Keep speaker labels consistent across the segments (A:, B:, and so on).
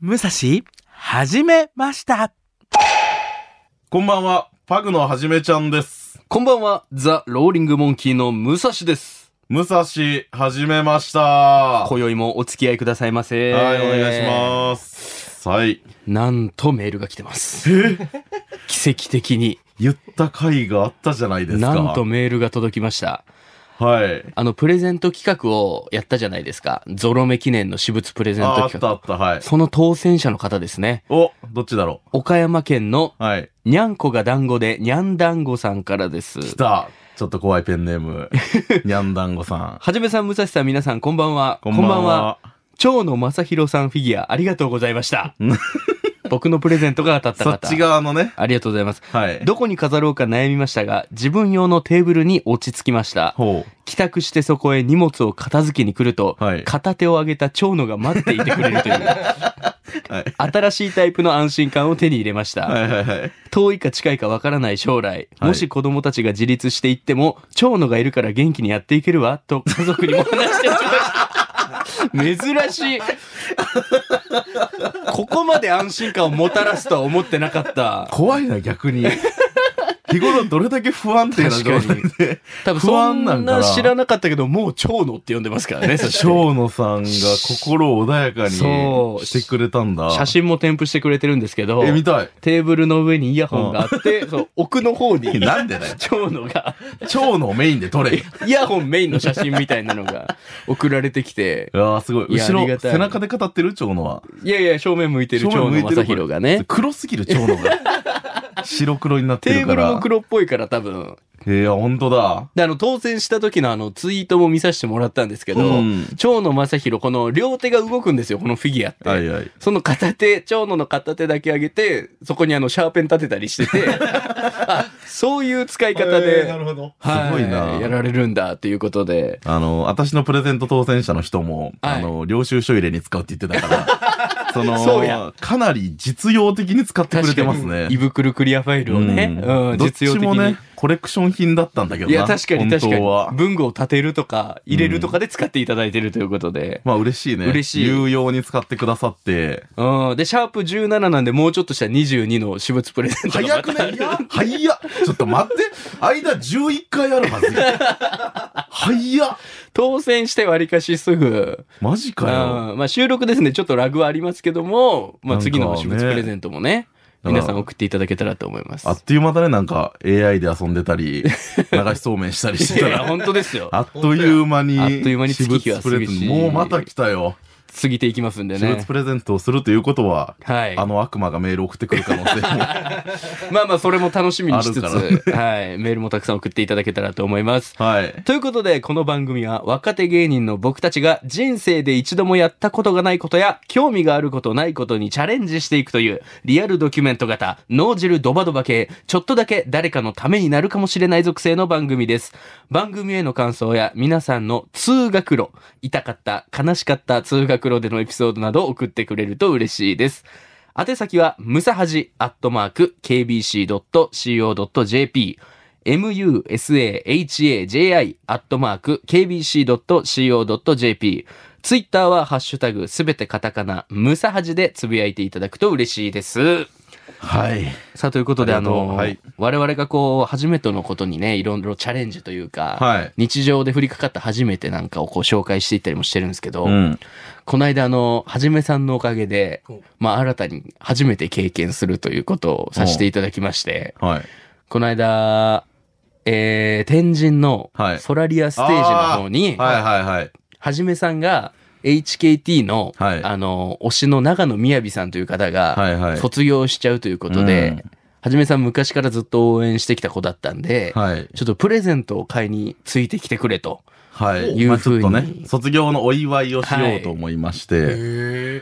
A: 武蔵、始めました。
B: こんばんは、パグのはじめちゃんです。
C: こんばんは、ザ・ローリング・モンキーの武蔵です。
B: 武蔵、始めました。は
C: 今宵もお付き合いくださいませ。
B: い、お願いします。はい。
C: す。なんとメールが来てます。奇跡的に、
B: 言った回があったじゃないですか。
C: なんと。メールが届きました。
B: はい。
C: あの、プレゼント企画をやったじゃないですか。ゾロ目記念の私物プレゼン
B: ああ
C: ト
B: っ
C: 企
B: た
C: 画。
B: あった、はい。
C: その当選者の方ですね。
B: お、どっちだろ
C: 岡山県の
B: う。はい。
C: にゃんこが団子でにゃん団子さんからです。
B: 来た。ちょっと怖いペンネー ム。にゃんだんごさん。
C: はじめさん、武蔵さん、皆さん、こんばんは。
B: こんばんは。
C: 蝶野正宏さんフィギュア、ありがとうございました。僕のプレゼントが当たった
B: そ
C: 方。
B: っち側のね。
C: ありがとうございます。
B: はい。
C: どこに飾ろうか悩みましたが、自分用のテーブルに落ち着きました。
B: ほ
C: 帰宅してそこへ荷物を片付けに来ると、
B: はい
C: 片手を上げた蝶野が待っていてくれると いう、
B: う。はい。
C: 新しいタイプの安心感を手に入れました。
B: はいはいはい。
C: 遠いか近いかわからない将来、
B: はい
C: もし子供たちが自立していっても、長野がいるから元気にやっていけるわ、と家族にも話しておきました。珍しい。ここまで安心感をもたらすとは思ってなかった。
B: 怖いな、逆に。 日頃どれだけ不安定な状態で。
C: 多分
B: 不
C: そ
B: 安
C: ん
B: なんかな
C: な知らなかったけど、もう長野って呼んでますから ね、そして。
B: 生野さんが心を穏やかに
C: そう
B: してくれたんだ。
C: 写真も添付してくれてるんですけど
B: え、、見 たい。
C: テーブルの上にイヤホンがあ って、そう奥の方に、
B: なんでだよ。
C: 長野が、
B: 蝶のメインで撮れよ。
C: イ ヤホンメインの写真みたいなのが送られてきて、
B: ああ、すごい。
C: いや
B: 後
C: あり
B: ろ、
C: がたい
B: 背中で語ってる蝶野は。
C: いやいや、正面向いてる
B: 正
C: 蝶
B: 面
C: 野
B: 向いて
C: 正
B: る
C: 宏がね。
B: 黒すぎる蝶野が。 白黒になって
C: テ
B: る
C: ーブ
B: か
C: ルも
B: ら。
C: 黒っぽいから多分。
B: いや、本当だ。
C: で、あの、当選した時のあの、ツイートも見させてもらったんですけど、
B: うん
C: 蝶野正宏、この両手が動くんですよ、このフィギュアって。
B: はいはい。
C: その片手、蝶野の片手だけ上げて、そこにあの、シャーペン立てたりして て、あそういう使い方で、
B: ほど。す
C: はい
B: ごいな。
C: やられるんだ、ということで。
B: あの、私のプレゼント当選者の人も、
C: はい
B: あの、領収書入れに使うって言ってた から、その
C: そうや
B: かなり実用的に使ってくれてますね
C: に。胃袋クリアファイルをね、うん、
B: どっち
C: 実用的
B: も
C: に。
B: ね、コレクション品だったんだけどな。
C: いや、確かに確か
B: 本当は
C: に。文具を立てるとか、入れるとかで使っていただいてるということで。
B: まあ嬉しいね。
C: 嬉しい
B: 有用に使ってくださって。
C: うん。で、シャープ17なんで、もうちょっとしたら22の私物プレゼントが
B: 早
C: また
B: くね早っちょっと待って間11回あるはずよ早っ
C: 当選して割りかしすぐ。
B: マジ
C: うん。
B: かよ。
C: まあ、収録ですね。ちょっとラグはありますけども、まあ、
B: なんかね
C: 次の私物プレゼントもね、
B: だから
C: 皆さん送っていただけたらと思います
B: あ。っという間だね、なんか AI で遊んでた り、流しそうめんしたりし
C: い
B: てた
C: やいや、
B: ら。
C: 本当ですよ。
B: あっという間に、
C: あっという間に月日は
B: 私物プレゼント
C: 過ぎし
B: もうまた来たよ。
C: 過ぎていきますんで
B: 私物
C: ね
B: プ。レゼントをするということは、
C: はい。
B: あの悪魔がメール送ってくる可 能性も。
C: まあまあ、それも楽しみにしつつ、
B: ある
C: はい。メールもたくさん送っていただけたらと思います。
B: はい。
C: ということで、この番組は若手芸人の僕たちが人生で一度もやったことがないことや、興味があることないことにチャレンジしていくという、リアルドキュメント型、脳汁ドバドバ系、ちょっとだけ誰かのためになるかもしれない属性の番組です。番組への感想や皆さんの通学路、痛かった、悲しかった通学路でのエピソードなどを送ってくれると嬉しいです。宛先は、ムサハジアットマーク、kbc.co.jp、musahaji アットマーク、kbc.co.jp、ツイッターは、ハッシュタグ、すべてカタカナ、ムサハジでつぶやいていただくと嬉しいです。
B: はい。
C: さあ、ということで、あ
B: ありがとう
C: の、
B: はい
C: 我々がこう、初めてのことにね、いろいろチャレンジというか、
B: はい
C: 日常で降りかかった初めてなんかをこう紹介していったりもしてるんですけど、
B: うん。
C: この間、あの、はじめさんのおかげで、まあ、新たに初めて経験するということをさせていただきまして、
B: はい。
C: この間、えー、天神の
B: はい
C: ソラリアステージの方に、
B: あーはい
C: は
B: はいはい。
C: じめさんが、HKT の、
B: はい
C: あの、推しの長野みやびさんという方
B: はいは
C: が
B: い、
C: 卒業しちゃうということで、
B: うん
C: はじめさん昔からずっと応援してきた子だったんで、
B: はい。
C: ちょっとプレゼントを買いについてきてくれと。
B: はい。
C: いう
B: まあ
C: ふうに
B: ちょっとね、卒業のお祝いをしようと思いまして。まあ
C: プレゼ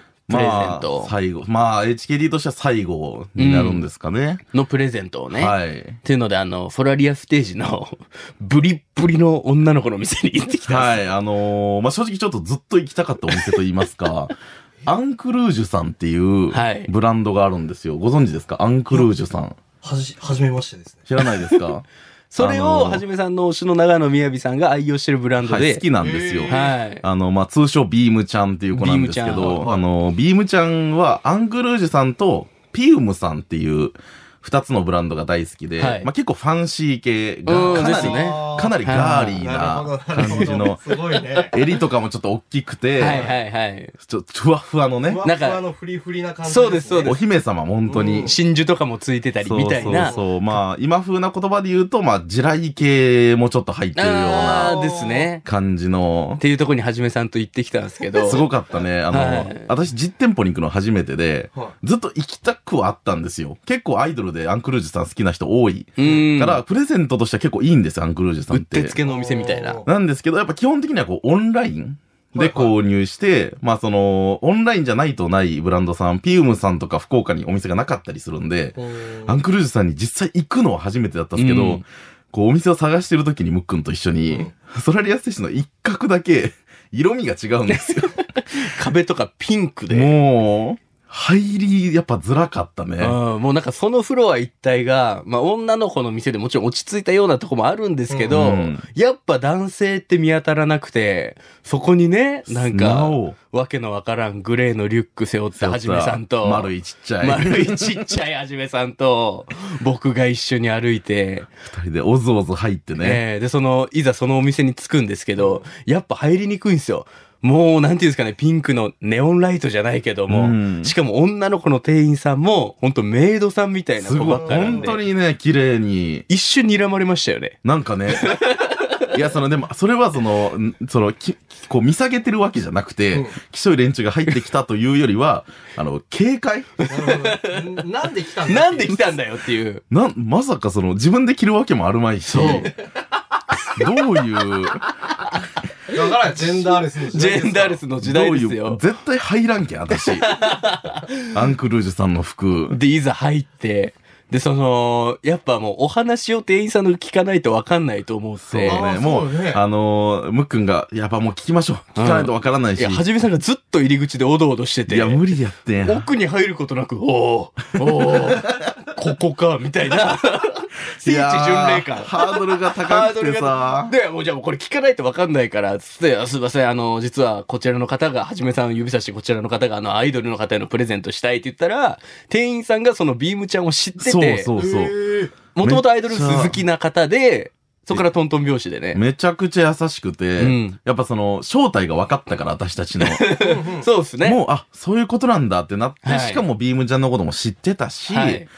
C: ント
B: 最後。まあ、HKD としては最後になるんですかね。
C: のプレゼントをね。
B: はい。
C: っていうので、あの、ソラリアステージの、ブリッブリの女の子の店に行ってきたん
B: はい。あのーまあ正直ちょっとずっと行きたかったお店といいま すか、アンクルージュさんっていう
C: はい
B: ブランドがあるんですよ。ご存知ですかアンクルージュさん。
D: はじ、はじめましてですね。
B: 知らないですか
C: です。それ
B: あの
C: を
B: ー
C: はじめさんの推しの長野みやびさんが愛用してるブランド
B: はい、
C: で
B: 好きなんですよ。
C: はい
B: あの、まあ、通称ビームちゃんっていう子なんですけ
C: ビーム
B: ど、あの、ビームちゃんはアングルージュさんとピウムさんっていう二つのブランドが大好きで、
C: はい
B: まあ、結構ファンシー系が
C: うん
B: かな
C: です
B: り、
C: ね
B: かなりガーリー
D: なるほ
B: な
D: ど、なる
B: 感
D: ほ
B: じの
D: ど。、すごいね。
B: 襟とかもちょっと大きくて、
C: はいはいはい
B: ちょっとふわふわのね
D: ふ、わふわのフリフリな感じ、
C: そうですそうで
B: お姫様本当に。
C: 真珠とかもついてたりみたいな
B: そうそうそう。まあ、今風な言葉で言うと、まあ、地雷系もちょっと入ってるよう
C: あ
B: な
C: ーですね
B: 感じの
C: っ、ていうところにはじめさんと行ってきたんです けど
B: すごかったね。あの、
C: はい
B: 私実店舗に行くの初めてで、
D: は
B: ずっと行きたくはあったんですよ。結構アイドルでアンクルージュさん好きな人多い。
C: うん
B: から、プレゼントとしては結構いいんですよ、アンクルージュさん
C: う
B: っ。
C: っててつけのお店みたいな
B: なんですけど、やっぱ基本的にはこう、オンラインで購入して、まあその、オンラインじゃないとないブランドさん、ピウムさんとか福岡にお店がなかったりするんで、アンクルージュさんに実際行くのは初めてだったんですけど、
C: うん
B: こうお店を探してる時にムックンと一緒に、ソラリアステーションの一角だけ色味が違うんです よ。
C: 壁とかピンクで
B: もう、入りやっぱ辛かったね。
C: うん、もうなんかそのフロア一帯が、まあ女の子の店でもちろん落ち着いたようなとこもあるんですけど、
B: うん
C: やっぱ男性って見当たらなくて、そこにね、なん
B: な
C: か、
B: お
C: わけのわからんグレーのリュック背負ったはじめさんと、
B: 丸
C: い、
B: いちっちゃい。
C: 丸いちっちゃいはじめさんと、僕が一緒に歩いて、
B: 二人でおずおず入ってね。
C: ええで、その、いざそのお店に着くんですけど、やっぱ入りにくいんですよ。もう、なんていうんですかね、ピンクのネオンライトじゃないけども、
B: うん
C: しかも女の子の店員さんも、本当メイドさんみたいな
B: す
C: 子
B: ごい
C: ば。っかなん
B: 本
C: で。
B: 当にね、綺麗に。
C: 一瞬睨まれましたよ ね。
B: なん かね。いや、その、でも、それはその、んその、き、こう見下げてるわけじゃなくて、きしょい連中が入ってきたというよりは、あの、警戒
D: なるほど。なんで来たんだ
C: なんで来たんだよっていう。
B: なん、まさかその、自分で着るわけもあるまいし、どういう、
D: だからんジェンダーレスの 時
C: ジ
D: 代です
C: ェンダーレス の時代です
B: どうい
C: よ
B: う。絶対入らんけん、 私。アンクルージュさんの服。
C: で、いざ入って、で、その、やっぱもうお話を店員さんの聞かないとわかんないと思っ
B: そう
C: て。
D: あ
B: ね、
D: ー
B: も、
D: そううね
B: あのー、むっくんが、やっぱもう聞きましょう。聞かないとわからない
C: い
B: し。
C: や、はじめさんがずっと入り口でおどおどしてて。
B: いや、無理やってん。
C: 奥に入ることなく、おーお ーここか、みたいな。聖地巡礼
B: いやー
C: 感。
B: ハードルが
C: ハ
B: 高
C: ード
B: く
C: ル
B: て
C: が
B: さ。
C: で、もうじゃあもうこれ聞かないと分かんないから、つって、あすいません、あの、実はこちらの方が、はじめさんを指さしてこちらの方が、あの、アイドルの方へのプレゼントしたいって言ったら、店員さんがそのビームちゃんを知ってて、
B: そうそうそう。
C: もともとアイドル好きな方で、そこからトントン拍子でね。
B: めちゃくちゃ優しくて、
C: うん
B: やっぱその、正体が分かったから、私た ちの。
C: そうですね。
B: もう、あ、そういうことなんだってなって、
C: はい
B: しかもビームちゃんのことも知ってたし、
C: はい、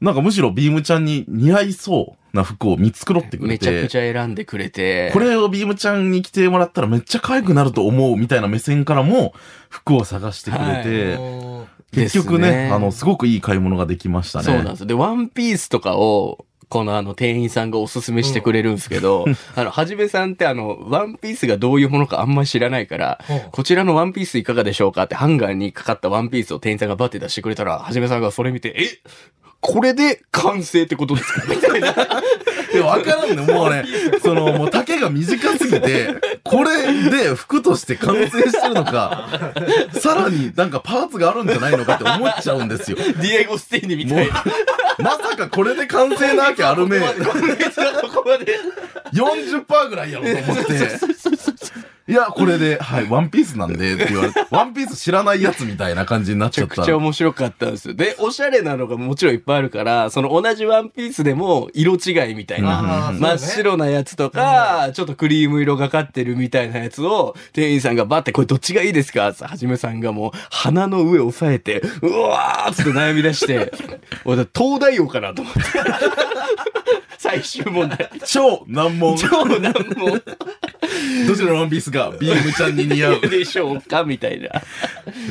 B: なんかむしろビームちゃんに似合いそうな服を見繕ってくれ
C: めちゃく
B: て、
C: ちゃ選んでくれて。
B: これをビームちゃんに着てもらったらめっちゃ可愛くなると思うみたいな目線からも服を探してくれて、
D: おー
B: 結局ね
C: ですね
B: あの、すごくいい買い物ができましたね。
C: そうなんですよ。で、ワンピースとかを、このあの店員さんがおすすめしてくれるんですけど、 あの、はじめさんってあの、ワンピースがどういうものかあんまり知らないから、
D: うん
C: こちらのワンピースいかがでしょうかってハンガーにかかったワンピースを店員さんがバッて出してくれたら、はじめさんがそれ見て、えこれで完成ってことです かみたいな。
B: いや、わからんね。もう ね、その、もう丈が短すぎて、これで服として完成してる のか、さらになんかパーツがあるんじゃないのかって思っちゃうんですよ。
C: ディエゴ・スティーニみ
B: も
C: た
B: う
C: いな。、
B: まさかこれで完成なわけあるめえ。
C: 今月はここまで。
B: 40%ぐらいやろと 思って。いや、これで、はい、ワンピースなんでって言われて、ワンピース知らないやつみたいな感じになっちゃ
C: め
B: っ
C: ちゃ
B: た
C: くち。ゃ面白かったんですよ。で、おしゃれなのがもちろんいっぱいあるから、その同じワンピースでも色違いみたいな。
D: あー
C: 真っ。白なやつとか、ちょっとクリーム色がかってるみたいなやつを、店員さんがバって、これどっちがいいですかってはじめさんがもう、鼻の上押さえて、うわーっつって悩み出して、 俺、東大王かなと思って。 最終問題。
B: 超難問。
C: 超難問
B: どちらのワンピースがビームちゃんに似合う。
C: でしょうかみたいな。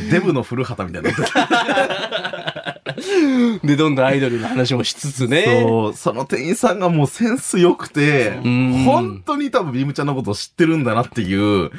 B: デブの古畑みたいになってた。
C: で、どんどんアイドルの話もしつつね。
B: そう、その店員さんがもうセンス良くて、
C: ん
B: 本当に多分ビームちゃんのことを知ってるんだなっていう、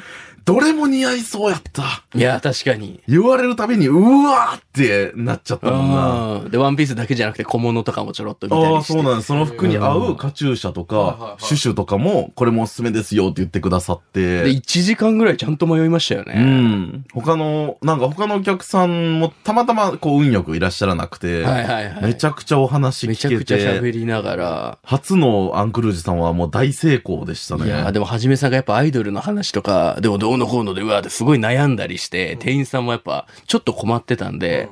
B: どれも似合いそうやった。
C: いや、確かに。
B: 言われるたびに、うわーってなっちゃったもんな。
C: うんで、ワンピースだけじゃなくて小物とかもちょろっと見た
B: ああ、
C: りして。
B: そうなんです。その服に合うカチューシャと
D: うんはいはいは
B: か、
D: い
B: シュシュとかも、これもおすすめですよって言ってくださっ
C: で、
B: て。
C: 1時間ぐらいちゃんと迷いましたよ
B: う
C: ね。
B: ん。他の、なんか他のお客さんもたまたまこう運よくいらっしゃらなくて、
C: はいはいはい。
B: めちゃくちゃお話
C: めちゃ
B: 聞け
C: くちゃ
B: て、
C: 喋りながら。
B: 初のアンクルージさんはもう大成功でしたね。
C: いやーでもはじめさんがやっぱアイドルの話とか、でもどうのこうので、うわーってすごい悩んだりして、店員さんもやっぱちょっと困ってたんで、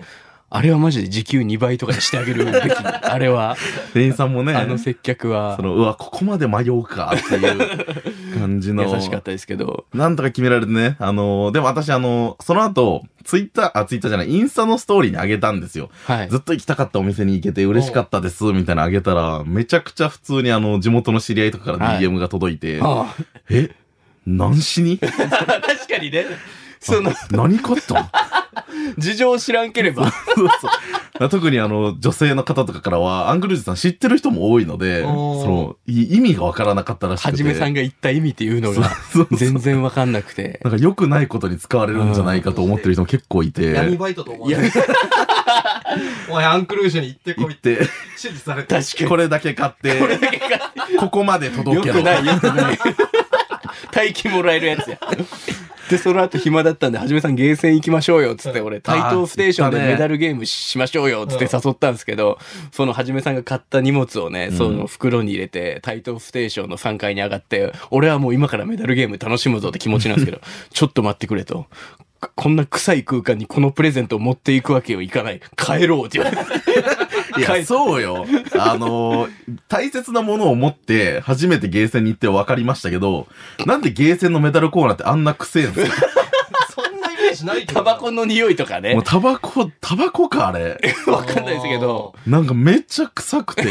C: あれはマジで時給2倍とかにしてあげ るべき。あれは、
B: 店員さんもね、
C: あの接客は
B: そのうわ、ここまで迷うかっていう感じ の。
C: 優しかったですけど。
B: なんとか決められてね。あのーでも私、あのーその後、ツイッター、あ、ツイッターじゃない、インスタのストーリーにあげたんですよ。
C: はい
B: ず。っと行きたかったお店に行けて嬉しかったです、みたいなのあげたら、めちゃくちゃ普通にあの、地元の知り合いとかか
C: は
B: ら
C: い
B: DM が届いて、
C: あ
B: え何しに
C: あ 確かにね。そ の、
B: 何買ったん
C: 事情を知らんければ。
B: そうそう特にあの、女性の方とかからは、アングルジュさん知ってる人も多いので、そ
D: おー
B: の、い意味がわからなかったらしくて。
C: はじめさんが言った意味っていうのが、
B: そうそう
C: 全然わかんなくて。
B: なんか良くないことに使われるんじゃないかと思ってる人も結構いて、
D: 闇バイトと思われる。 おい、アンクルージュに行ってこ
B: 行
D: いっ
B: ってて、
D: 指示されて。
C: 確かに。
B: これだけ買って、ここまで届
C: よ
B: け
C: く
B: ろ。
C: ない、よく ない。大金もらえるやつや。で、その後暇だったんで、はじめさんゲーセン行きましょうよ、つって、俺、台東ステーションで
B: あー行ったね
C: メダルゲームしましょうよ、つって誘ったんですけど、そのはじめさんが買った荷物をね、その袋に入れて、台東ステーションの3階に上がって、俺はもう今からメダルゲーム楽しむぞって気持ちなんですけど、ちょっと待ってくれと。ここんな臭い空間にこのプレゼントを持っていくわけにはいかない。帰ろうって言われて。
B: いや、そうよ。あのー大切なものを持って、初めてゲーセンに行って分かりましたけど、なんでゲーセンのメダルコーナーってあんなくせえんですか
D: そんなイメージないけど。
C: タバコの匂いとかね
B: もう。タバコ、タバコか、あれ。
C: わかんないですけど。
B: なんかめっちゃ 臭くて、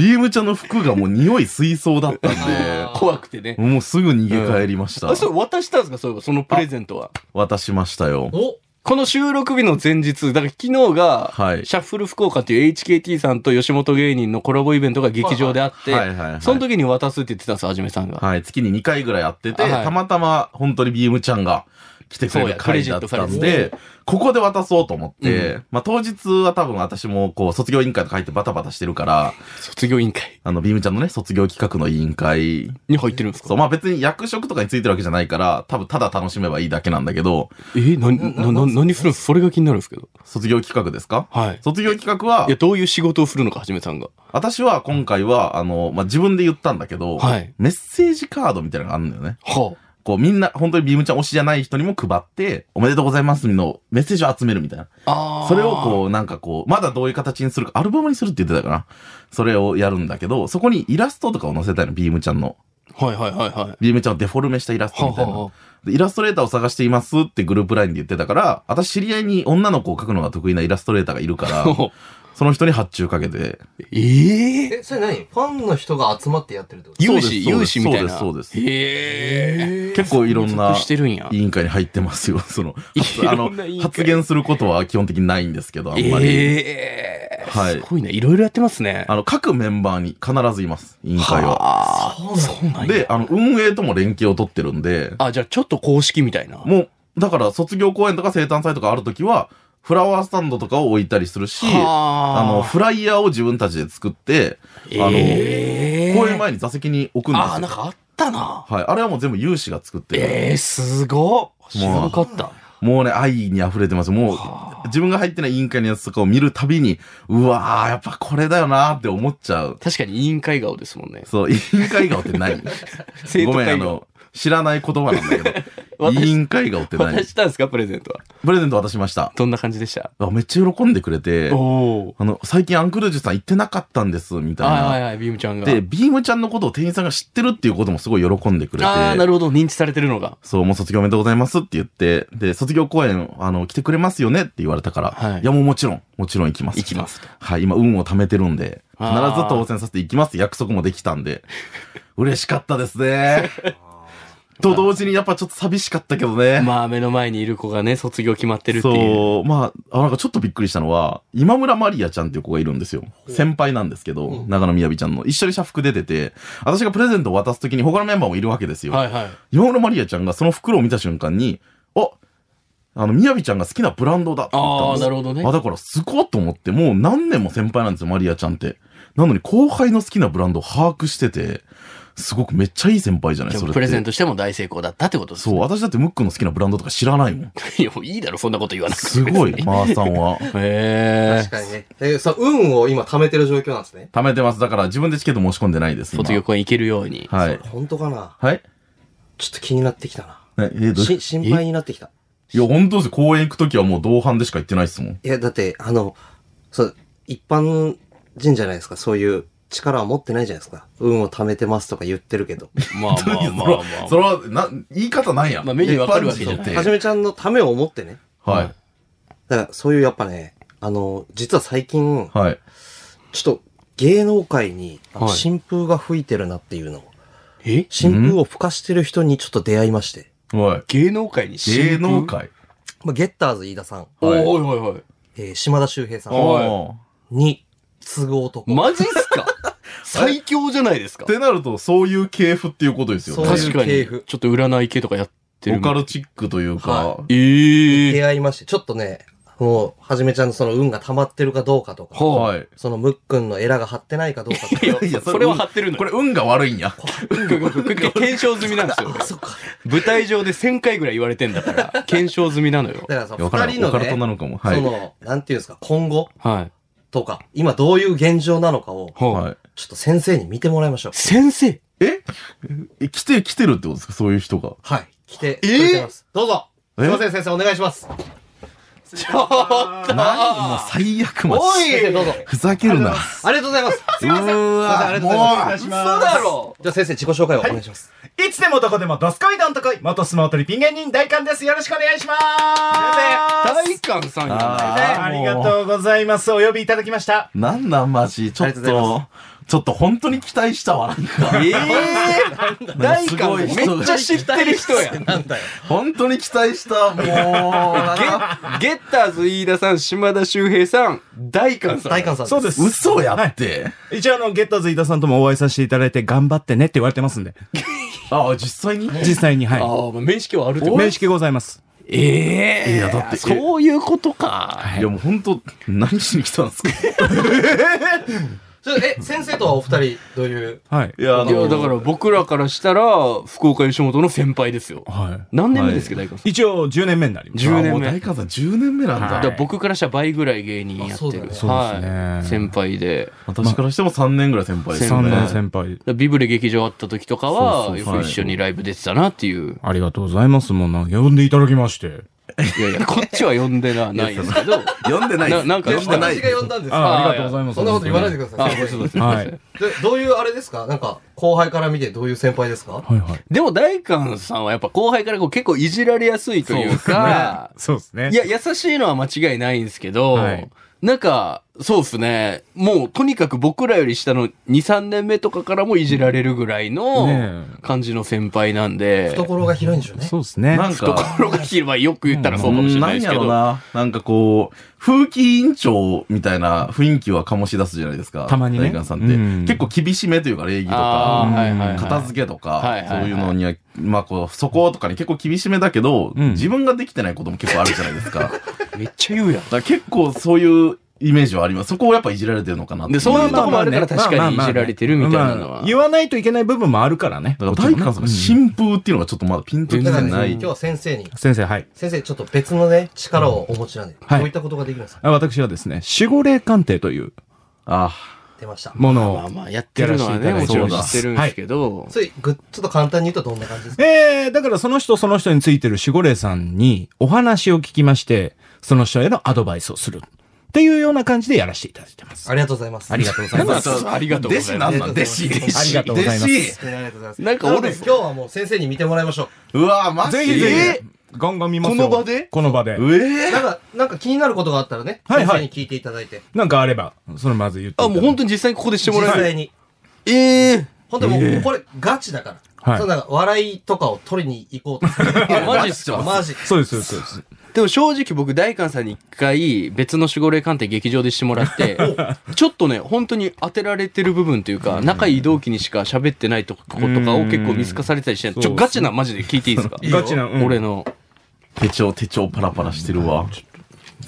B: リームちゃんの服がもう匂い水槽だったん
D: あ
C: 怖くてね
B: で、。もうすぐ逃げ帰りました。
C: あ、そう、渡したんですかそういえば、そのプレゼントは。
B: 渡しましたよ。
D: お
C: この収録日の前日、だから昨日が、
B: はい
C: シャッフル福岡という HKT さんと吉本芸人のコラボイベントが劇場であって、
B: はいはいはいはい
C: その時に渡すって言ってたんですはじめさんが。
B: はい、月に2回ぐらいやってて、
C: あはい
B: たまたま本当にビームちゃんが来てくれ
C: そう
B: る
C: やクレ
B: 会
C: ジ
B: だ
C: ッ
B: っ
C: ト
B: たん
C: カレ
B: で、ここで渡そうと思って、
C: う
B: まあ当日は多分私もこう卒業委員会とか入ってバタバタしてるから、
C: 卒業委員会
B: あのビームちゃんのね、卒業企画の委員会、
C: に入ってるんです
B: そ
C: か
B: う、まあ別に役職とかについてるわけじゃないから、多分ただ楽しめばいいだけなんだけど、
C: えな、な、な、何するんですかそれが気になるんですけど。
B: 卒業企画ですか
C: はい。
B: 卒業企画はい
C: や、、どういう仕事をするのか、はじめさんが。
B: 私は今回は、あの、まあ、自分で言ったんだけど、
C: はい
B: メッセージカードみたいなのがあるんだよね。
C: は
B: こうみんな、本当にビームちゃん推しじゃない人にも配って、おめでとうございますのメッセージを集めるみたいな。
C: あ。あ
B: それをこう、なんかこう、まだどういう形にするか、アルバムにするって言ってたかな。それをやるんだけど、そこにイラストとかを載せたいの、ビームちゃんの。
C: う。はいはいはいはい。
B: ビームちゃんをデフォルメしたイラストみたいな。
C: はあはあ
B: でイラストレーターを探していますってグループラインで言ってたから、私知り合いに女の子を描くのが得意なイラストレーターがい るから、その人に発注かけて。
C: ええ
D: え、それ何ファンの人が集まってやってるってこと
C: 有志、
B: そう
C: 有
B: です
C: 志みたいな。
B: そうですそう
C: ええ
B: 結構いろんな
C: 属してるんや。
B: 委員会に入ってますよ。その、
C: い
B: あ
C: ろ
B: の
C: んな委員、会
B: 発言することは基本的にないんですけど、あんまり。
C: ええ
B: はい
C: すごいね。いろいろやってますね。
B: あの、各メンバーに必ずいます、委員会は。
C: はあ
D: そうなんだ
C: そうなんや
B: で、あの、運営とも連携を取ってるんで、
C: あ、じゃあちょっと公式みたいな。
B: もう、だから卒業公演とか生誕祭とかあるときは、フラワースタンドとかを置いたりするし、あ
C: は
B: の、フライヤーを自分たちで作って、あの、
C: えー
B: 公演前に座席に置くんで
C: あー、
B: す
C: なん
B: よ。
C: かあったな。
B: はい。あれはもう全部有志が作ってる。
C: えー、すごっ。知らなかった。
B: もうね、愛に溢れてます。も
C: は
B: う、自分が入ってない委員会のやつとかを見るたびに、うわー、やっぱこれだよなーって思っちゃう。
C: 確かに委員会顔ですもんね。
B: そう、委員会顔ってない。
C: 生徒
B: ごめん、あ
C: 会。
B: の、知らない言葉なんだけど 委員会顔って何
C: 渡したんですかプレゼントは。
B: プレゼント渡しました。
C: どんな感じでした
B: あめっちゃ喜んでくれて、
C: おー。
B: あの、最近アンクルージュさん行ってなかったんです、みたい
C: はいはい
B: な。
C: はい、ビームちゃんが。
B: で、ビームちゃんのことを店員さんが知ってるっていうこともすごい喜んでくれて。
C: あー、なるほど。認知されてるのが。
B: そう、もう卒業おめでとうございますって言って、で、卒業公演、あの、来てくれますよねって言われたから、
C: はい
B: い、や、もうもちろん、もちろん行きます。
C: 行きますと
B: はい、今、運を貯めてるんで、必
C: あー
B: ず当選させて行きます。約束もできたんで、嬉しかったですね。と同時にやっぱちょっと寂しかったけどね。
C: まあ目の前にいる子がね、卒業決まってるっていう。
B: そう、まあ、あ、なんかちょっとびっくりしたのは、今村まりやちゃんっていう子がいるんですよ。先輩なんですけど、
D: うん
B: 長野みやびちゃんの。一緒に社服出てて、私がプレゼントを渡すときに他のメンバーもいるわけですよ。
C: はいはい。
B: 今村まりやちゃんがその袋を見た瞬間に、ああの、みやびちゃんが好きなブランドだって言ったん
C: あ
B: で
C: あ、
B: す
C: なるほどね
B: あ、。だから、すごっと思って、もう何年も先輩なんですよ、マリアちゃんって。なのに、後輩の好きなブランドを把握してて、すごくめっちゃいい先輩じゃない、
C: で
B: それっ
C: も
B: て。
C: プレゼントしても大成功だったってことです
B: そう、私だってムックの好きなブランドとか知らないもん。
C: う。 いや、もういいだろ、そんなこと言わなくて。
B: す ごい、マーさんは。
C: へ
D: 確かにね。えー、さ、運を今貯めてる状況なんですね。
B: 貯めてます。だから、自分でチケット申し込んでないです。
C: え。
B: 今
C: 卒業公演行けるように。
B: はい。
D: 本当かな
B: はい
D: ちょっと気になってきたな。
B: ねえどう
D: し心配になってきた。
B: いや、本当ですよ。公園行くときはもう同伴でしか行ってないですもん。
D: いや、だって、あの、そう、一般人じゃないですか。そういう力は持ってないじゃないですか。運を貯めてますとか言ってるけど。
C: まあまあまあまあまあ。
B: それは、な、言い方なんや。
C: まあ目にわかるわけじゃない
B: 一般人って
D: はじめちゃんのためを思ってね。
B: はい。
D: だから、そういうやっぱね、あの、実は最近、
B: はい。
D: ちょっと芸能界にあの
C: はい
D: 新風が吹いてるなっていうのを、
C: え
D: 新風を吹かしてる人にちょっと出会いまして。
B: はい。
C: 芸能界に新
B: 芸
C: 風
B: 能界。
D: まあ、ゲッターズ飯田さん、
C: お
B: はいい
C: おいおいおい。
D: えー島田秀平さん
C: おい
B: ああ
D: に次ぐ男。
C: マジっすか 最強じゃないですか
B: ってなると、そういう系譜っていうことですよね。
D: そういう
C: 確か
D: 系
C: に。ちょっと
D: 譜
C: 占い系とかやってる
B: オ
C: みた
B: カ
C: い。
B: ルチックというか、
D: は
C: ええ。
D: 出会いまして、ちょっとね、もう、はじめちゃんのその運が溜まってるかどうかとか、
C: は
B: はい。
D: そのムックンのエラが張ってないかどうかとか
C: い。やいや、それは張ってるの
B: こ
C: よ。
B: れ運が悪いんや。
C: 検証済みなんですよ。
D: そっか。
C: 舞台上で1000回ぐらい言われてんだから、検証済みなのよ。
D: だからさ、
B: わから
D: 二
B: ん
D: 人
B: オ
D: の
B: カルト
D: ね、
B: なのかも。はい。
D: その、なんていうんですか、今後
C: はい。
D: とか、今どういう現状なのかを、
C: ほう
B: はい。
D: ちょっと先生に見てもらいましょう。
C: 先生
B: ええ来て、来てるってことですかそういう人が。
D: はい。来てくれてます。どうぞ
B: え
D: すいません、先生、お願いします。
C: ちょっと
B: 何もう最悪ま
C: おい
D: 先生、どうぞ。
B: ふざけるな。
D: ありがとうございます。
B: うー
D: あり
B: わ、
D: がとうございますお願
B: も
D: いし
B: う
E: ます
C: 嘘だろ
D: じゃあ先生、自己紹介をお願いします。
E: いつでもどこでもドスコイドンとこい元相撲取りピン芸人大官ですよろしくお願いします
C: 大官さんや
B: あ
E: 先生ありがとうございますお呼びいただきました
B: なんなんマジ。ちょっ
D: ありがとうござい
B: と、ちょっと本当に期待したわ。なんか
C: ええ大
B: す
C: 官
B: ご
C: め
B: い
C: っ
B: 人
C: ちゃ知ってる人や。
D: なんだよ。
B: 本当に期待した。もう、なん
C: ゲ
B: か
C: ッゲッターズ飯田さん、島田秀平さん、大官さん。
D: 大官さん
E: そうです
B: 嘘やって。
E: 一応あのゲッターズ飯田さんともお会いさせていただいて頑張ってねって言われてますんで
B: ああ、実際に
E: 実際には
C: ああ、面識はあるって
E: い
C: こと
E: 面識ございます
C: ええ
B: いやだって
C: そういうことか。
B: いやもう本当、何しに来たんですか
D: ちょっとえ、先生とはお二人、どういう。
E: はい
B: いや、あ
C: いや、
B: の、
C: だから僕らからしたら、福岡吉本の先輩ですよ。
E: は
C: 何年目ですか、大官さん。
E: い一応10年目になります
C: 10
B: も
C: 年
B: う
C: 目。
B: 大観さん10年目なんだ。
C: だから僕からしたら倍ぐらい芸人やってる。
D: あ
E: そうだね
C: は
E: そう
C: い
E: ですね
C: 先輩で。
B: 私からしても3年ぐらい先輩ですよ
E: 3
B: ね。
E: 年先輩
C: ビブレ劇場あった時とか
E: そ
C: は、
E: う
C: よ
E: そうそう
C: く一緒にライブ出てたなっていう。
E: ありがとうございますもうなんか呼んでいただきまして
C: いやいや、こっちは呼んでな、ないですけど。
B: 読んでないで
C: な
B: す。
C: なんか
B: 読んでない
D: 私
B: です。
D: が呼んだんです
E: あ
D: か
E: ありがとうございます
D: そんなこと言わないでくださ
C: あ、
D: い。
C: そうそうそう。
E: はい
D: でどういうあれですかなんか、後輩から見てどういう先輩ですか
E: はいはい
C: でも大官さんはやっぱ後輩からこう結構いじられやすいという か、
E: そうですね
C: いや、優しいのは間違いないんですけど、
E: はい
C: なんか、そうですね。もう、とにかく僕らより下の2、3年目とかからもいじられるぐらいの
E: ね
C: 感じの先輩なんで、
D: 懐が広いんでしょうね。
E: そうですね
B: なんか、
C: 心が広いまあよく言ったらそうかもしれ
B: な
C: ないで
B: ん
C: す
B: や
C: け
B: ろ
C: ど、
B: な。なんかこう、風紀委員長みたいな雰囲気は醸し出すじゃないですか。
E: たまにね
B: 大観さんって。
E: うん
B: 結構厳しめというか、礼儀と
C: あ
B: か、
C: ーはいはいはい
B: 片付けとか、
C: はいはいはい
B: そういうのには、まあこう、そことかに結構厳しめだけど、
E: うん
B: 自分ができてないことも結構あるじゃないですか。だ か
C: めっちゃ言うやん。
B: ら結構そういうイメージはあります。そこをやっぱいじられてるのかなってい
C: で、
B: う。
C: そういうとこもあるから
E: まあまあ
C: 確かにいじられてるみたいなの
E: まあ
C: は。
E: 言わないといけない部分もあるからね。
B: だから大観さんが新風っていうのがちょっとまだピンときて
D: だから、
B: な
D: ね、
B: い
D: 今日。は先生に、
E: 先生、はい。
D: 先生ちょっと別のね、力をお持ちなんで、
E: はい
D: どういったことができるんですか
E: あ私はですね、守護霊鑑定という
B: あ
D: 出ました。
E: も
C: まあ
E: のを。
C: まあやってるのはね、
E: やら
C: も
E: せ
C: ち
E: ていただ
C: ろ
E: い
C: ん
E: て
C: 知ってるんですけど、
D: それ、ぐ、ちょっと簡単に言うとどんな感じですか
E: えー、だからその人その人についてる守護霊さんにお話を聞きまして、その人へのアドバイスをする。っていうような感じでやらせていただいてます。
D: ありがとうございます。
E: ありがとうござい
C: ま
E: ま
C: あ
E: す。
C: そうそうありがとうございます。
D: 弟子なんだ弟子弟
E: 子ありがとうございます
B: 弟子
D: ありがとうございます。
C: なんかおる
D: なので今日はもう先生に見てもらいましょ
B: うわマジ
E: ぜひぜひ、ガンガン見ますよ。
C: この場で
E: この場
B: え。
E: で
B: ー
D: う。なんか、なんか気になることがあったらね、
E: はいはい
D: 先生に聞いていただいて、
E: なんかあれば、それまず言ってい
C: あ、
E: ただい
C: も
E: て。
C: う本当に実際にここでして
D: 実
C: もらえる。
D: 際に。
C: ええ
D: ほんともう、これガチだから。
E: はい
D: そうなんか笑いとかを取りに行こうとす る。
C: あマジっすか
D: マジ。
E: そうです、そうです。
C: でも正直僕大観さんに一回別の守護霊鑑定劇場でしてもら ってちょっとね本当に当てられてる部分というか仲いい同期にしか喋ってないとことかを結構見透かされたりしてちょガチなマジで聞いていいですか
E: ガチな、うん
C: 俺の
B: 手帳、手帳パラパラしてるわ。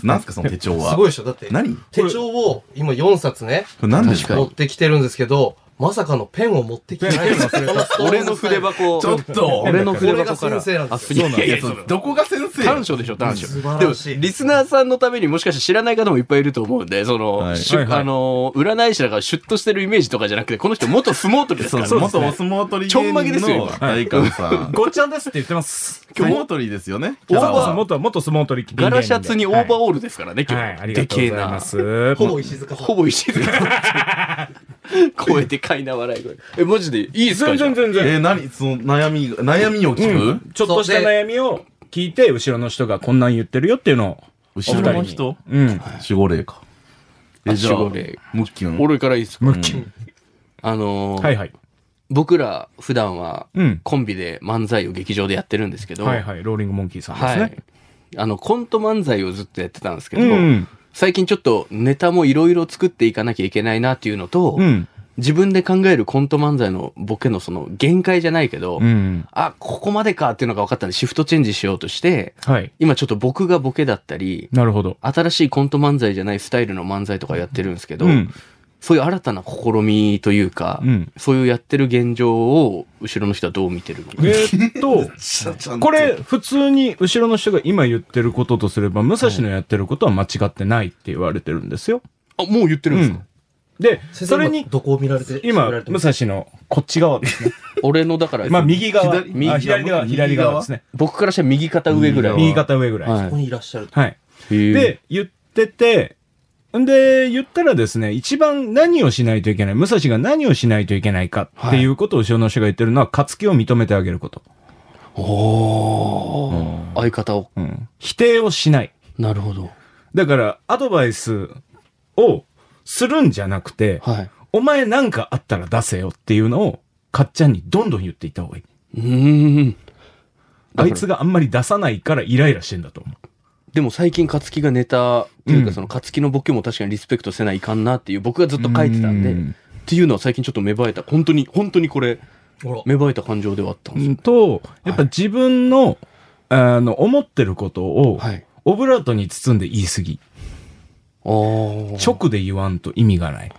B: なんすかその手帳は。
D: すごいでしょだって。
B: 何こ
D: 手帳を今4冊ね、
B: れ何ですか
D: 持ってきてるんですけど、まさかのペンを持ってきてないです。
C: 俺の筆箱
B: ちょっと
C: 俺の筆箱
D: こ
C: か
D: れ
C: ら
D: が先生なんです
C: いやいやいや
B: そうどこが先
C: 短
B: 生
C: 所でしょ短所
D: 素晴らしい
C: でもリスナーさんのためにもしかして知らない方もいっぱいいると思うんでその、
B: はい
C: しゅ
E: はいはい
C: あのー占い師だからシュッとしてるイメージとかじゃなくてこの人元相撲取りですからね
B: そう元お相撲取り
C: ちょんまげで
B: 芸
C: すよ
B: 人の大観さん。
E: ごっちゃんですって言ってます。
B: 相撲取りですよね。キ
E: 大
B: ャラは
E: 場さん、元、元相撲取り
C: ガラシャツにオーバー
E: ー
C: オールですからね、今
E: はい、
C: 日。
E: ありがとうございます。
D: ほぼ石塚さん。
C: ほぼ石 塚さん。声でかいな笑い声。え、マジでいいですか
E: 全然全然。
B: えー、何その悩み、悩みを聞く、
E: ちょっとした悩みを聞いて、後ろの人がこんなん言ってるよっていうのを。
B: 後ろの人
E: うん。
B: 守護霊か。え、じゃあ、
C: 守護霊
B: ムッキュン。
C: 俺からいいですか
E: ムッキン。
C: あのー
E: はいはい。
C: 僕ら普段は
E: うん
C: コンビで漫才を劇場でやってるんですけど、
E: はいはい。ローリングモンキーさんで
C: は
E: す
C: い
E: ね。
C: あの、コント漫才をずっとやってたんですけど、
E: うん
C: 最近ちょっとネタもいろいろ作っていかなきゃいけないなっていうのと、
E: うん。
C: 自分で考えるコント漫才のボケのその限界じゃないけど、
E: うん。
C: あ、ここまでかっていうのが分かったんでシフトチェンジしようとして、
E: はい。
C: 今ちょっと僕がボケだったり、
E: なるほど。
C: 新しいコント漫才じゃないスタイルの漫才とかやってるんですけど、
E: うん。
C: そういう新たな試みというか、
E: うん
C: そういうやってる現状を後ろの人はどう見てるのか
E: えーっと、
B: ちゃちゃんと
E: これ、普通に後ろの人が今言ってることとすれば、武蔵のやってることは間違ってないって言われてるんですよ。
C: あ、もう言ってるんですか、
E: で、
D: 先生
E: それに
D: 今、どこを見られて
E: 今
D: 見られ、てま
E: 武
D: す
E: 蔵のこっち側ですね。
C: 俺のだから、
E: まあ、右側。
B: 左右
E: あ左側、
B: 右
E: 左側ですね。
C: 僕からしたら右肩上ぐらい。
E: 右肩上ぐらいです。
C: は
D: ここにいらっしゃる。
E: はい。
C: い。へー、
E: で、言ってて、んで、言ったらですね、一番何をしないといけない、武蔵が何をしないといけないかっていうことを後ろの人が言ってるのは、勝気を認めてあげること。
C: おー相方を。
E: うん。否定をしない。
C: なるほど。
E: だから、アドバイスをするんじゃなくて、
C: はい。
E: お前なんかあったら出せよっていうのを、かっちゃんにどんどん言っていった方がいい。
C: うーん。
E: あいつがあんまり出さないからイライラしてんだと思う。
C: でも最近、勝木がネタ、っていう
E: う
C: か
E: ん
C: その、勝木のボケも確かにリスペクトせないかんなっていう、僕がずっと書いてたんで、
E: うん
C: っていうのは最近ちょっと芽生えた。本当に、本当にこれ、
D: ほら。
C: 芽生えた感情ではあったんです
E: う
C: よ。
E: んと、やっぱ自分の、あの、思ってることを、
C: はい
E: オブラートに包んで言い過ぎ。
C: ああ。
E: 直で言わんと意味がない。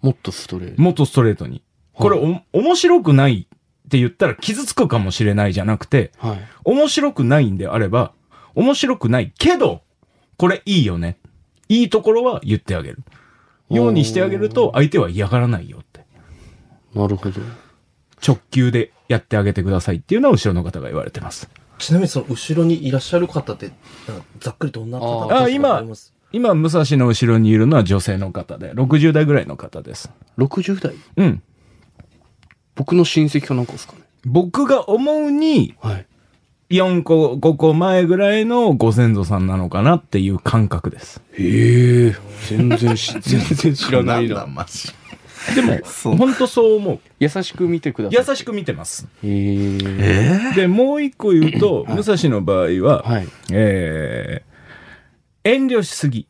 C: もっとストレート。
E: もっとストレートに。これ、お、面白くないって言ったら傷つくかもしれないじゃなくて、
C: はい。
E: 面白くないんであれば、面白くないけど、これいいよね。いいところは言ってあげる。ようにしてあげると、相手は嫌がらないよって。
C: なるほど。
E: 直球でやってあげてくださいっていうのは後ろの方が言われてます。
D: ちなみにその後ろにいらっしゃる方って、なんかざっくりどんな方
E: あー
D: だ
E: あー今
D: ります
E: 今、武蔵の後ろにいるのは女性の方で、60代ぐらいの方です。
C: 60代
E: うん。
C: 僕の親戚かなんかですかね。
E: 僕が思うに、
C: はい。
E: 4個、5個前ぐらいのご先祖さんなのかなっていう感覚です。
C: へえ。全然 し、全然知らない
B: なんだ
C: な。
B: マジ。
E: でも、
B: そう
E: ほんとそう思う。
C: 優しく見てください。
E: 優しく見てます。
C: へえ。
B: え
E: で、もう一個言うと、武蔵の場合は、
C: はい。
E: えー、遠慮しすぎ。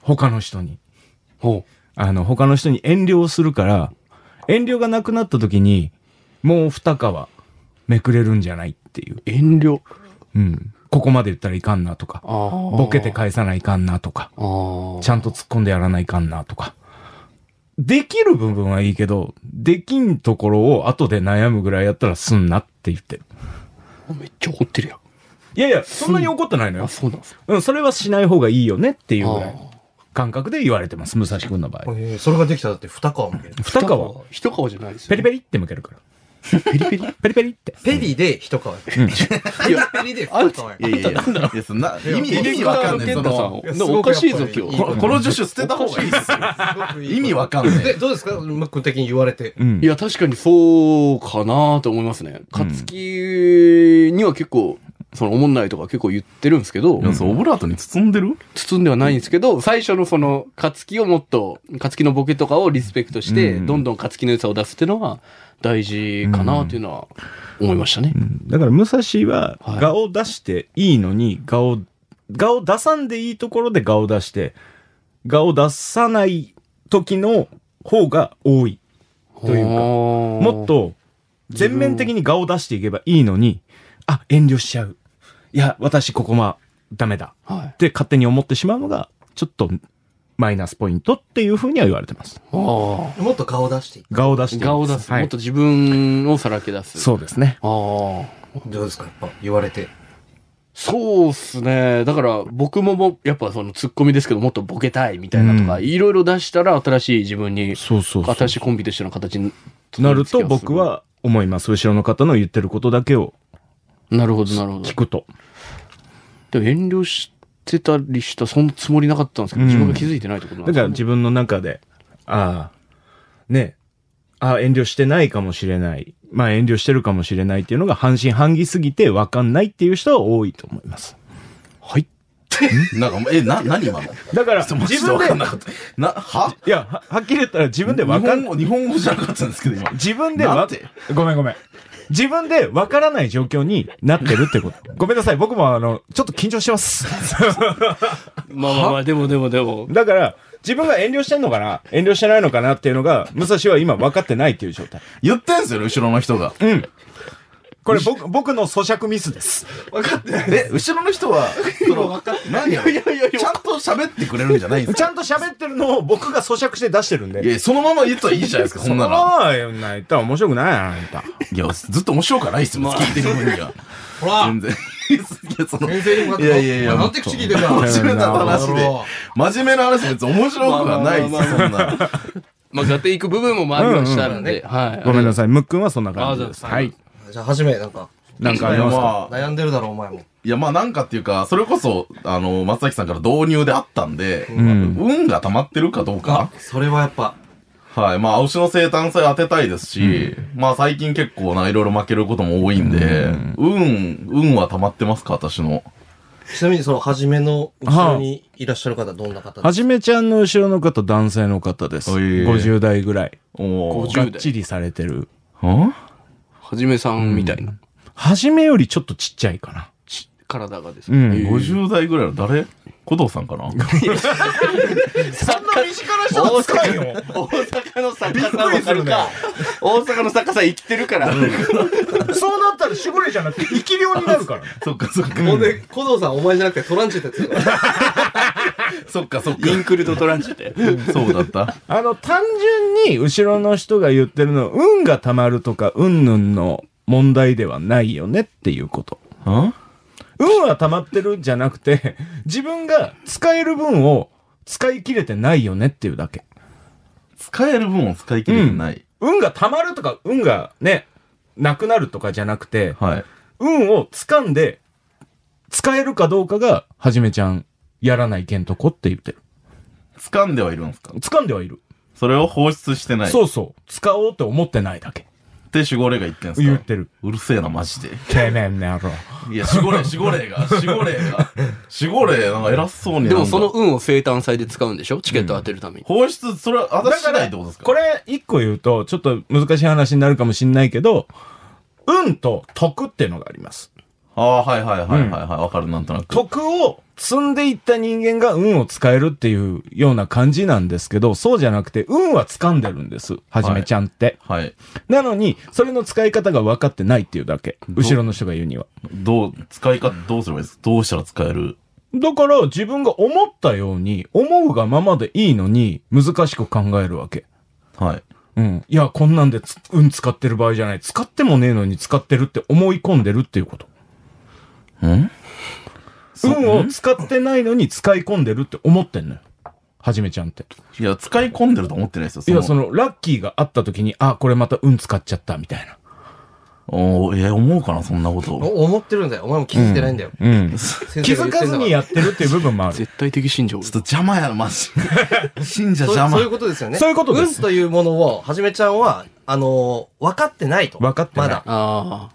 E: 他の人に。
C: ほ
E: あの、他の人に遠慮をするから、遠慮がなくなった時に、もう二皮めくれるんじゃないっていう。
C: う。遠慮。
E: うん。ここまで言ったらいかんなとか、
C: ああ。
E: ボケて返さないかんなとか。
C: ああ。
E: ちゃんと突っ込んでやらないかんなとか。できる部分はいいけど、できんところを後で悩むぐらいやったらすんなって言ってる。
C: めっちゃ怒ってるやん。
E: いやいや、そんなに怒ってないの
C: あ、
E: よ。
C: そうなんですか。
E: うん、それはしない方がいいよねっていうぐらい
C: あ
E: の感覚で言われてます、武蔵君の場合。
D: えーそれができたらだって二皮向ける。
E: 二皮を
C: 一皮じゃないですよ。
E: ペリペリって向けるから。
C: ペリペリ。
E: ペリペリって。
D: ペリで一皮。
C: いや、
D: ペリで二皮。
B: ー、いやいやいや、いやそんな意味、意味わかんねえ、その。
D: い
C: なん
D: やす
C: か
D: ご
C: お
D: く
C: か
D: やっぱ
C: し
D: り
C: いぞ、今
D: いい
B: こ
C: 日。
B: のこの助手捨てた方がいいっすよ。意味わかんね
D: で、どうですかムック的に言われて。
E: うん。
C: いや、確かにそうかなと思いますね。勝木には結構、その、おもんないとか結構言ってるんですけど、
B: え。いや、そう、オブラートに包んでる
C: 包んではないんですけど、最初のその、勝木をもっと、勝木のボケとかをリスペクトして、
B: うん
C: どんどん勝木の良さを出すっていうのは、大事かなというのは思いましたね。
E: だから武蔵は
C: はい
E: 顔を出していいのに、顔を、顔を出さんでいいところで顔を出して、顔を出さない時の方が多い。というかも
C: も
E: っと全面的に顔を出していけばいいのに、あ、遠慮しちゃう。いや、私ここはダメだ。
C: はい
E: っ。て勝手に思ってしまうのが、ちょっとマイナスポイントっていうふうには言われてます。
C: あ
D: もっと顔出してい
E: 顔を出して
C: あ。
E: いい
C: 顔を出す。
E: はい
C: もっと自分をさらけ出す。う。
E: そうですね。
C: ああ。
D: くどうですかやっぱ言われて。
C: そうっすね。だから僕もも、やっぱそのツッコミですけど、もっとボケたいみたいなとか、
E: う
C: いろいろ出したら新しい自分に、
E: そうそうそう。
C: 新しいコンビとしての形に
E: なると僕。は思います。後ろの方の言ってることだけを
C: なるほど、なるほど
E: 聞。くと。
C: でも遠慮してたりした、そんなつもりなかったんですけど、
E: うん
C: 自分が気づいてないってことなん
E: だ
C: で
E: から
C: すね。
E: 自分の中で、ああ、ね、ああ、遠慮してないかもしれない。まあ遠慮してるかもしれないっていうのが半信半疑すぎて分かんないっていう人は多いと思います。はい。
B: なんかもう、え、な、何今の
E: だから自
B: マジで
E: 分
B: わ
E: で、
B: かんなかった。な、はい
E: や、ははっきり言ったら自分で分かん
B: 日本語、日本語じゃなかったんですけど、今。
E: 自分でわ
B: なんて
E: ごめんごめん。自分で分からない状況になってるってこと。ごめんなさい。僕もあの、ちょっと緊張してます。
C: まあまあまあ、でもでもでも。
E: だから、自分が遠慮してんのかな遠慮してないのかなっていうのが、武蔵は今分かってないっていう状態。
B: 言ってんすよね、後ろの人が。
E: これ僕、僕の咀嚼ミスです。
B: 分かってない。え、後ろの人は、その、何やろちゃんと喋ってくれるんじゃないんです
E: ち
B: か
E: ゃんと喋ってるのを僕が咀嚼して出してるん
B: い
E: で。
B: や、そのまま言ったらいいじゃないですか、そんなの。
E: ああ、言んないったら面白くないやん、あんた。
B: いや、ずっと面白くはないっすよ、聞いてる分には。
D: ほら
B: 全然。いや、その、
D: 先生にも
B: いやいやいや
D: なんて口聞いてるんだ
B: 真面目な話
D: なる
B: で
D: ほ。
B: 真面目な話で別に面白くはないっすよ、そんな。
C: まあ、ガテいく部分も周りはしたんで、はい。
E: ごめんな
C: さ
E: さい。むっくんはそんな感じです。
C: ああ
E: はい。
D: じゃあ、はじめ、なんか、
E: なんかあ
B: い
E: り
B: や、
E: ますか
B: まあ、
D: 悩んでるだろ、お前も。
B: いや、まあなんかっていうか、それこそ、あの、松崎さんから導入であったんで、
E: ん
B: 運が溜まってるかどうか
D: あ。、それはやっぱ、
B: はい。まあ、牛の生誕祭当てたいですし、まあ最近結構な、いろいろ負けることも多いんで、運、運は溜まってますか、私の。
D: ちなみにその、はじめの後ろにいらっしゃる方、どんな方
E: は
D: です
E: じめちゃんの後ろの方、男性の方です。
B: おい
E: 50代ぐらい。
B: おー
C: 50
E: が
C: 代
E: っちりされてる。
B: ん
C: はじめさんみたいな。
E: はじめよりちょっとちっちゃいかな。
C: ち体がです
E: う
C: ね。
E: ん。
B: 50代ぐらいの誰小藤さんかな
C: そんな身近な人は使いよ。大阪の作家さんわかるか。大阪の作家さん生きてるから。
E: そうなったら守護霊じゃなくて、生き量になるから。
B: そっかそっか。
D: かほんで、小藤さん、お前じゃなくてトランチェってやつだ
B: そっかそっ
C: インクルとトランチで。
B: か。そうだった。
E: あの、単純に後ろの人が言ってるのは、運が溜まるとか、うんぬんの問題ではないよねっていうこと。
B: ん
E: 運は溜まってるじゃなくて、自分が使える分を使い切れてないよねっていうだけ。
B: 使える分を使い切れてない。
E: 運が溜まるとか、運がね、なくなるとかじゃなくて、
B: はい。
E: 運を掴んで、使えるかどうかが、はじめちゃん、やらないけんとこって言ってる。
B: 掴んではいるんですか
E: 掴んではいる。
B: それを放出してない。
E: そうそう。使おうって思ってないだけ。
B: って守護霊が言ってんすか
E: 言ってる。
B: うるせえな、マジで。
E: てめえの野郎。
B: いや、守護霊、守護霊が、守護霊 が、守護霊、なんか偉そうに。
C: でもその、運を生誕祭で使うんでしょチケット当てるために。
B: 放出、それは私次第ってことですか
E: これ、一個言うと、ちょっと難しい話になるかもしんないけど、運と徳っていうのがあります。
B: ああ、はいはいはいはいはい。わかる、なんとなく。
E: 徳を積んでいった人間が運を使えるっていうような感じなんですけど、そうじゃなくて、運は掴んでるんです。はじめちゃんって。
B: はい。
E: なのに、それの使い方が分かってないっていうだけ。後ろの人が言うには。
B: どう、使い方、どうすればいいですかどうしたら使える
E: だから、自分が思ったように、思うがままでいいのに、難しく考えるわけ。
B: はい。
E: うん。いや、こんなんでつ、運使ってる場合じゃない。使ってもねえのに使ってるって思い込んでるっていうこと。
B: ん
E: 運を使ってないのに使い込んでるって思ってんのよ。はじめちゃんって。
B: いや、使い込んでると思ってないですよ。
E: いや、その、ラッキーがあった時に、あ、これまた運使っちゃった、みたいな。
B: おーいや、思うかな、そんなこと。
D: お思ってるんだよ。お前も気づいてないんだよ。
E: うん。
D: 気
E: 気づかずにやってるっていう部分もある。
C: 絶対的信条。
B: ちょっと邪魔やな、マジ で。信者
D: そう
B: 邪魔
D: そうい。うことですよね。
E: そういうことです
D: 運というものを、はじめちゃんは、あのー分かってないと。
E: 分かってない
D: まだ。
C: ああ。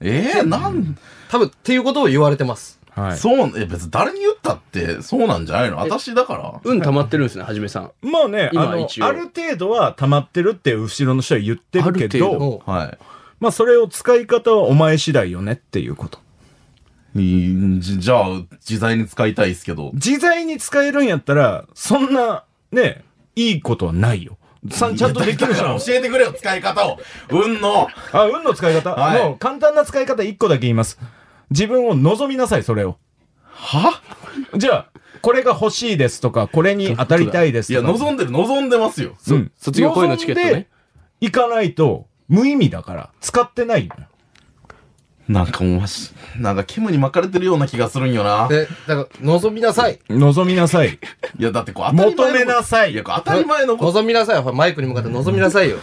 B: ええなん、
D: 多分、っていうことを言われてます。
E: はい。
B: そう、え、別に誰に言ったって、そうなんじゃないの私だから。
C: 運溜まってるんですね、はじめさん。
E: まあね、
C: 今
E: あの
C: 一、応
E: ある程度は溜まってるって後ろの人は言ってるけ
C: ある程
E: ど、
D: お
B: はい。
E: まあそれを使い方はお前次第よねっていうこと。
B: いいじじゃあ、自在に使いたいですけど。
E: 自在に使えるんやったら、そんな、ね、いいことはないよ。さんちゃんとできるじゃん。
B: 教えてくれよ、使い方を。運の。
E: あ、運の使い方、
B: はい
E: あの、簡単な使い方1個だけ言います。自分を望みなさい、それを。
B: は
E: じゃあ、これが欲しいですとか、これに当たりたいです
B: い
E: と
B: や、
E: か。
B: 望んでる、望んでますよ。
E: そ
C: そ卒業公演のチケットね。
E: 行かないと、無意味だから、使ってないのよ
B: なんかもうマジ、なんか煙に巻かれてるような気がするんよな。
D: え、だから、望みなさい。
E: 望みなさい。
B: いや、だってこう当たり前のこと。
E: 求めなさい
B: いや、こう当たり前のこと。
D: 望みなさい。ほらマイクに向かって望みなさいよ。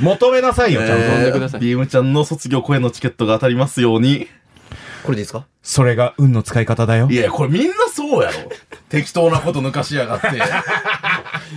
E: 求めなさいよ、ちゃんと。
C: 望んでください
B: ビームちゃんの卒業公演のチケットが当たりますように。
D: これでいいですか
E: それが運の使い方だよ
B: い。や、これみんなそうやろ。 適当なこと抜かしやがって。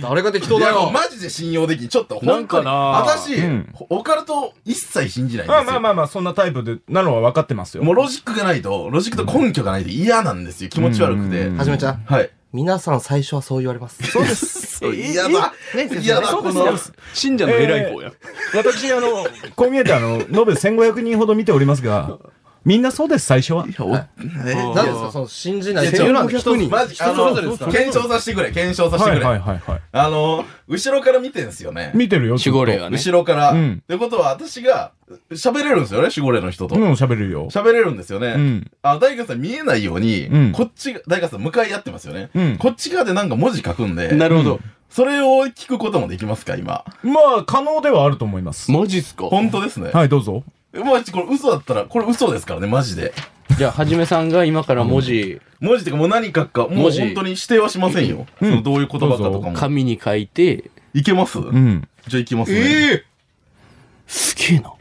D: 誰が適当だ
B: いやも
D: よ
B: う。マジで信用できん。ちょっと、本当に。
C: なんかな
B: 私、
E: うん
B: オカルト一切信じないんです
E: まあ
B: よ。
E: まあまあまあ、そんなタイプで、なのは分かってますよ。
B: もうロジックがないと、ロジックと根拠がないと嫌なんですよ。気持ち悪くて
E: うん。
D: はじめちゃん。
B: はい。
D: 皆さん最初はそう言われます。
B: そうです。嫌だ。嫌だ、この。
C: 信者の偉い方や。
E: 私、あの、こう見えて、あの、延べ1500人ほど見ておりますが、みんなそうです、最初は。
B: おえ
C: ー
D: 何ですかその信じない
B: いや
D: って
B: ちょ
D: いうのは
B: 100
D: 人
B: マジ、あ
D: 人それ
B: の、
D: ぞれですから
B: 検証させてくれ、検証させて
E: は
B: く
E: いはい
B: れ。
E: はいはい。
B: あの、後ろから見てんすよね。
E: 見てるよ。
C: 守護霊はね。
B: 後ろから。っ
E: うん
B: てことは、私が喋れるんですよね、守護霊の人と
E: ずっと。うん、喋るよ。
B: 喋れるんですよ
E: う
B: ね。
E: ん。
B: あ、大学さん見えないよう
E: うん
B: に、こっちが、大学さん向かい合ってますよね
E: うん。
B: こっち側でなんか文字書くんで、
C: なるほど。
B: それを聞くこともできますか、今。
E: まあ、可能ではあると思います。
C: マジっすか
B: 本当ですね。
E: はい、どうぞ。
B: マジこれ嘘だったら、これ嘘ですからね、マジで。
C: じゃあ、はじめさんが今から文字、
B: 文字ってかもう何書くか、も
C: 文
B: う
C: 字
B: 本当に指定はしませんよ。
E: うん
B: そのどういう言葉かとかも。
C: 紙に書いて、
B: いけます、
E: うん。
B: じゃあいきますね。
C: すげえな。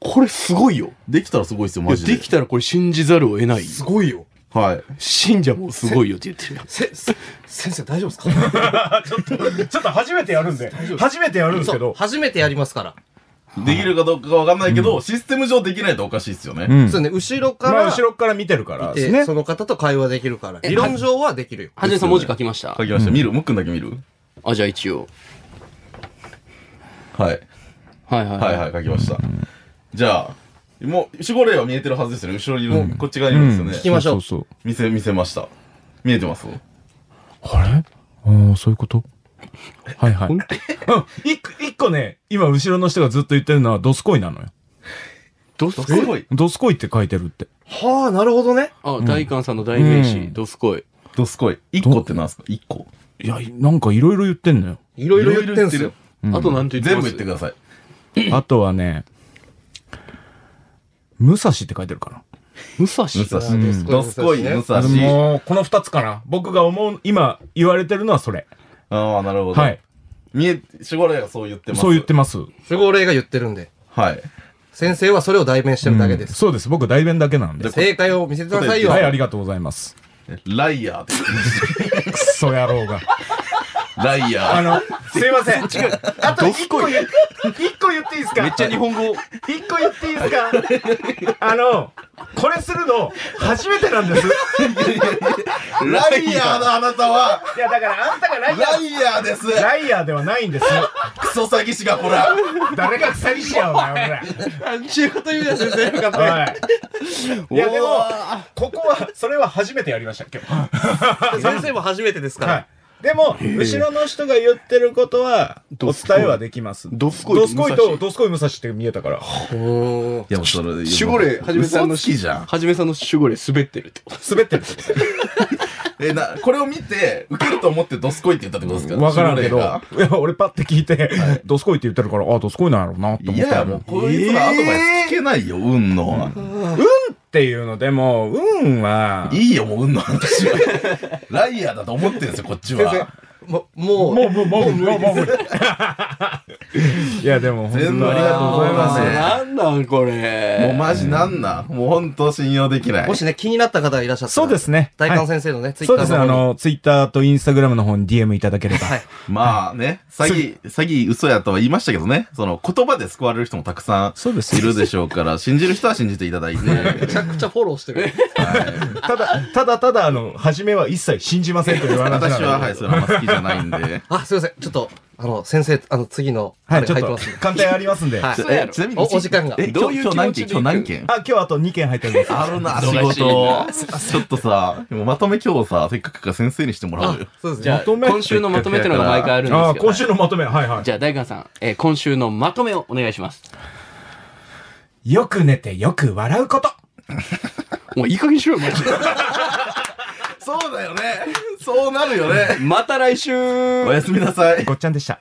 C: これすごいよ。
B: できたらすごいですよ、
C: いや
B: マジで。
C: できたらこれ信じざるを得ない。
D: すごいよ。
B: はい。
C: 信者もすごいよって言ってる。
D: せ、せ先生大丈夫ですか
E: ちょっと初めてやるんで、初めてやるんですけ
D: そう、
E: ど。
D: 初めてやりますから。
B: できるかどうかわかんないけど、システム上できないとおかしいですよね。
E: ん
D: そうね、後ろか
E: まあ、
D: ら
E: 後ろから見てるからで
D: です
E: ね
D: そ。の方と会話できるから。理論上はできるよ。
C: はじめさん文字書きました
B: 書。きました。見るむっくんだけ見る
C: あ、じゃあ一応。
B: はい。
C: はいはい
B: はい
C: は
B: はい、書きました。じゃあ、もう、守護霊は見えてるはずですよね。後ろにいる、こっち側にいるんです
D: 聞き
B: よね。
D: ましょう。
E: そう
B: 見せ、見せました。見えてます
E: そう。あれああ、そういうことはいはい。うん一個一個ね、今後ろの人がずっと言ってるのはドスコイなのよ。
B: すごい。
E: ドスコイって書いてるって。
D: はあ、なるほどね。
C: い。あ、大観さんの代名
E: う
C: 詞、
E: ん
C: ドスコイ。
B: どすこい。一個ってなんすか一個。
E: いや、なんかいろいろ言ってんのよ。
D: いろいろ言ってんすよ。
E: うん
C: あとなんて言って
B: 全
C: ま
B: 部
C: す
B: 言ってください。
E: あとはね、武蔵って書いてるか
C: 武蔵
B: 武蔵。
D: うん
B: どすこい、武蔵
E: な。。もう、この二つかな。僕が思う、今言われてるのはそれ。
B: ああ、なるほど。
E: はい。
B: 見え、守護霊がそう言ってます。
E: そう言ってます。
D: 守護霊が言ってるんで。
B: はい。
D: 先生はそれを代弁してるだけで
E: うん
D: す。
E: そうです。僕、代弁だけなんで。
D: 正解を見せてくださいよ。
E: はい、ありがとうございます。
B: ライアーって言ってまし
E: クソ野郎が。
B: た。ライ
E: あ
B: アー。
E: の、すいません。違う。あと一個言う、一個言っていいですか
C: めっちゃ日本語。
E: 一個言っていいですかあの、これするの、初めてなんです。
B: ライアーのあなたは、
E: いや、だから、あんたがライ
B: ライアーです。
E: ライアーではないんです。
B: クソ詐欺師がこら。
E: 誰が詐欺師やお前、俺ら。
C: 中華というやつですね。
E: はい。いや、でも、ここは、それは初めてやりました、今日。
D: 先生も初めてですから。
E: い。でも、後ろの人が言ってることは、お伝えはできます。
C: ドスコイ
E: ドスコイ
C: 武蔵
E: と、ドスコイ武蔵って見えたから、
D: おー
B: いや、もうそれ、守
C: 守護霊はじめさんの
B: 好きじゃん。
C: はじめさんの守護霊滑ってるってこと。
E: 滑ってるってこと
B: え、な、これを見て、受けると思ってどすこいって言ったってことですか
E: わからんけど、い
B: 守護
E: や、俺パッて聞いて、ドスコイって言ってるから、あ、ドスコイなんやろうな、と
B: 霊がいやいや、も
E: 思ったよ
B: う、こいつらアドバイス聞けないよ、運のは。
E: っていうのでも、運はい
B: 、いよ、もう運の話は。ライアーだと思ってんすよ、こっち
E: 先生
B: は。、
D: ももう、
E: もう、もう、もう、もう、もう、もう。いや、でも、本当
B: 全
E: に
B: 部
E: ありがとうございます。
C: なんなんこ
B: もう
C: れ。
B: マジなんなんもうほんと信用できない。
D: もしね、気になった方がいらっしゃったら、
E: そうですね。
D: 大
E: は
D: 観
E: い
D: 先生のね、ツイッ
E: そう
D: タ
E: で
D: ー
E: すね、あの、ツイッターとインスタグラムの方に DM いただければ。
D: はい。
B: まあね、詐欺、詐欺嘘やとは言いましたけどね、その言葉で救われる人もたくさ
E: そうです
B: んいるでしょうから、信じる人は信じていただいて、
D: めちゃくちゃフォローしてる。
E: ただ、ただただ、あの、初めは一切信じませんという話なので。
B: 私は、はい、それはあんま好きじゃないんで。
D: あ、すいません。ちょっと、あの、先生、あの、次の、
E: は
D: あ
E: い、
D: れ
E: ちょ
D: 入
E: っ
D: ってま
E: と
D: すね。、
E: 簡単ありますんで。あ、
D: は
B: ち
D: い。
B: ょえちなみに
D: おお時間が
B: え
C: どう
B: 今日
C: いう
B: 今日何件
C: 気持ち
B: 今日
C: で行
B: 何
C: く
B: 件
E: 今日あと2件入っております。
B: あるな、仕
C: 忙しい
B: 事
C: な。
B: ちょっとさ、まとめ今日さ、せっかくから先生にしてもらおうよ。
D: そうです
C: じ
D: ね。
C: ゃあ、
E: まとめ
C: 今週のまとめっていうのが毎回あるんです
E: あ、
C: けど。
E: 今週のまとめ、はいは
C: じゃあ、大官さん、えー今週のまとめをお願いします。
E: い。よく寝てよく笑うこと。
C: もういい加減にしろよ、マジ で。
B: そうだよね。そうなるよね。
C: また来週
B: おやすみなさい。
E: ごっちゃんでした。